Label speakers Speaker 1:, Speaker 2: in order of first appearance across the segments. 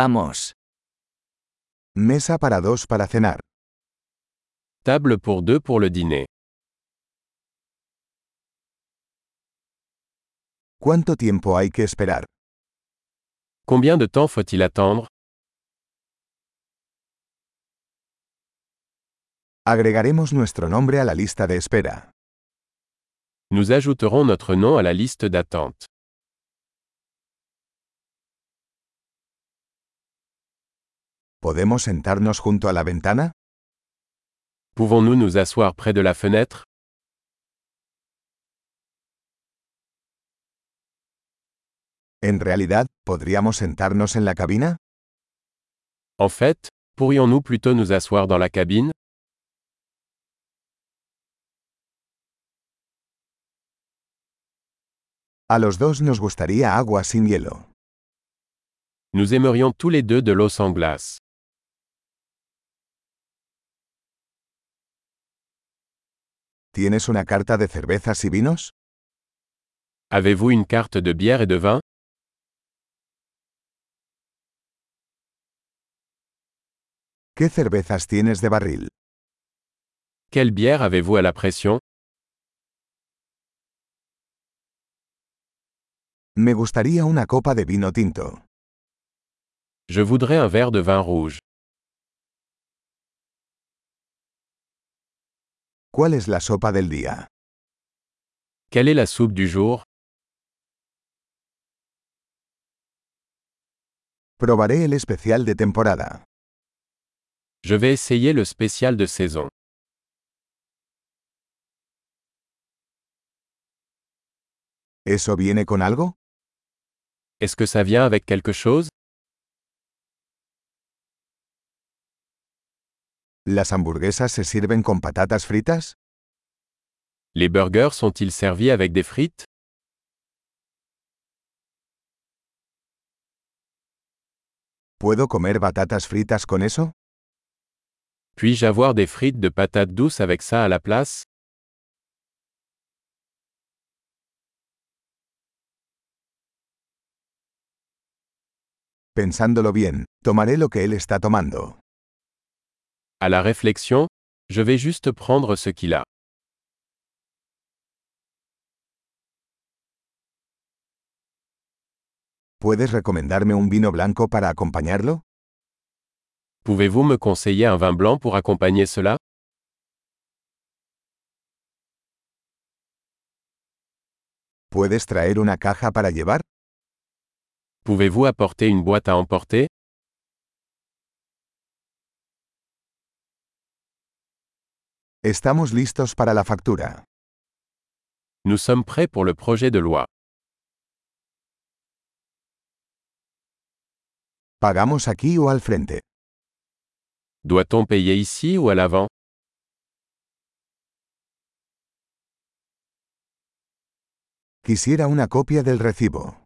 Speaker 1: Vamos.
Speaker 2: Mesa para dos para cenar.
Speaker 3: Table pour deux pour le dîner.
Speaker 2: ¿Cuánto tiempo hay que esperar?
Speaker 3: Combien de temps faut-il attendre
Speaker 2: Agregaremos nuestro nombre a la lista de espera.
Speaker 3: Nous ajouterons notre nom à la liste d'attente.
Speaker 2: ¿Podemos sentarnos junto a la ventana?
Speaker 3: Pouvons-nous nous asseoir près de la fenêtre
Speaker 2: En realidad, ¿podríamos sentarnos en la cabina?
Speaker 3: En fait, pourrions-nous plutôt nous asseoir dans la cabine
Speaker 2: A los dos nos gustaría agua sin hielo.
Speaker 3: Nous aimerions tous les deux de l'eau sans glace.
Speaker 2: ¿Tienes una carta de cervezas y vinos?
Speaker 3: Avez-vous une carte de bière et de vin
Speaker 2: ¿Qué cervezas tienes de barril?
Speaker 3: Quelle bière avez-vous à la pression
Speaker 2: Me gustaría una copa de vino tinto.
Speaker 3: Je voudrais un verre de vin rouge.
Speaker 2: ¿Cuál es la sopa del día?
Speaker 3: Quelle est la soupe du jour
Speaker 2: Probaré el especial de temporada.
Speaker 3: Je vais essayer le spécial de saison.
Speaker 2: ¿Eso viene con algo?
Speaker 3: Est-ce que ça vient avec quelque chose
Speaker 2: ¿Las hamburguesas se sirven con patatas fritas?
Speaker 3: Les burgers sont-ils servis avec des frites
Speaker 2: ¿Puedo comer batatas fritas con eso?
Speaker 3: Puis-je avoir des frites de patates douces avec ça à la place
Speaker 2: Pensándolo bien, tomaré lo que él está tomando.
Speaker 3: À la réflexion, je vais juste prendre ce qu'il a.
Speaker 2: ¿Puedes recomendarme un vino blanco para acompañarlo?
Speaker 3: Pouvez-vous me conseiller un vin blanc pour accompagner cela
Speaker 2: ¿Puedes traer una caja para llevar?
Speaker 3: Pouvez-vous apporter une boîte à emporter
Speaker 2: Estamos listos para la factura.
Speaker 3: Nous sommes prêts pour le projet de loi.
Speaker 2: ¿Pagamos aquí o al frente?
Speaker 3: Doit-on payer ici ou à l'avant
Speaker 2: Quisiera una copia del recibo.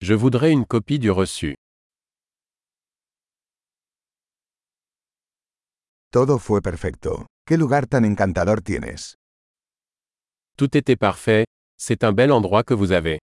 Speaker 3: Je voudrais une copie du reçu.
Speaker 2: Todo fue perfecto. ¿Qué lugar tan encantador tienes?
Speaker 3: Tout était parfait, c'est un bel endroit que vous avez.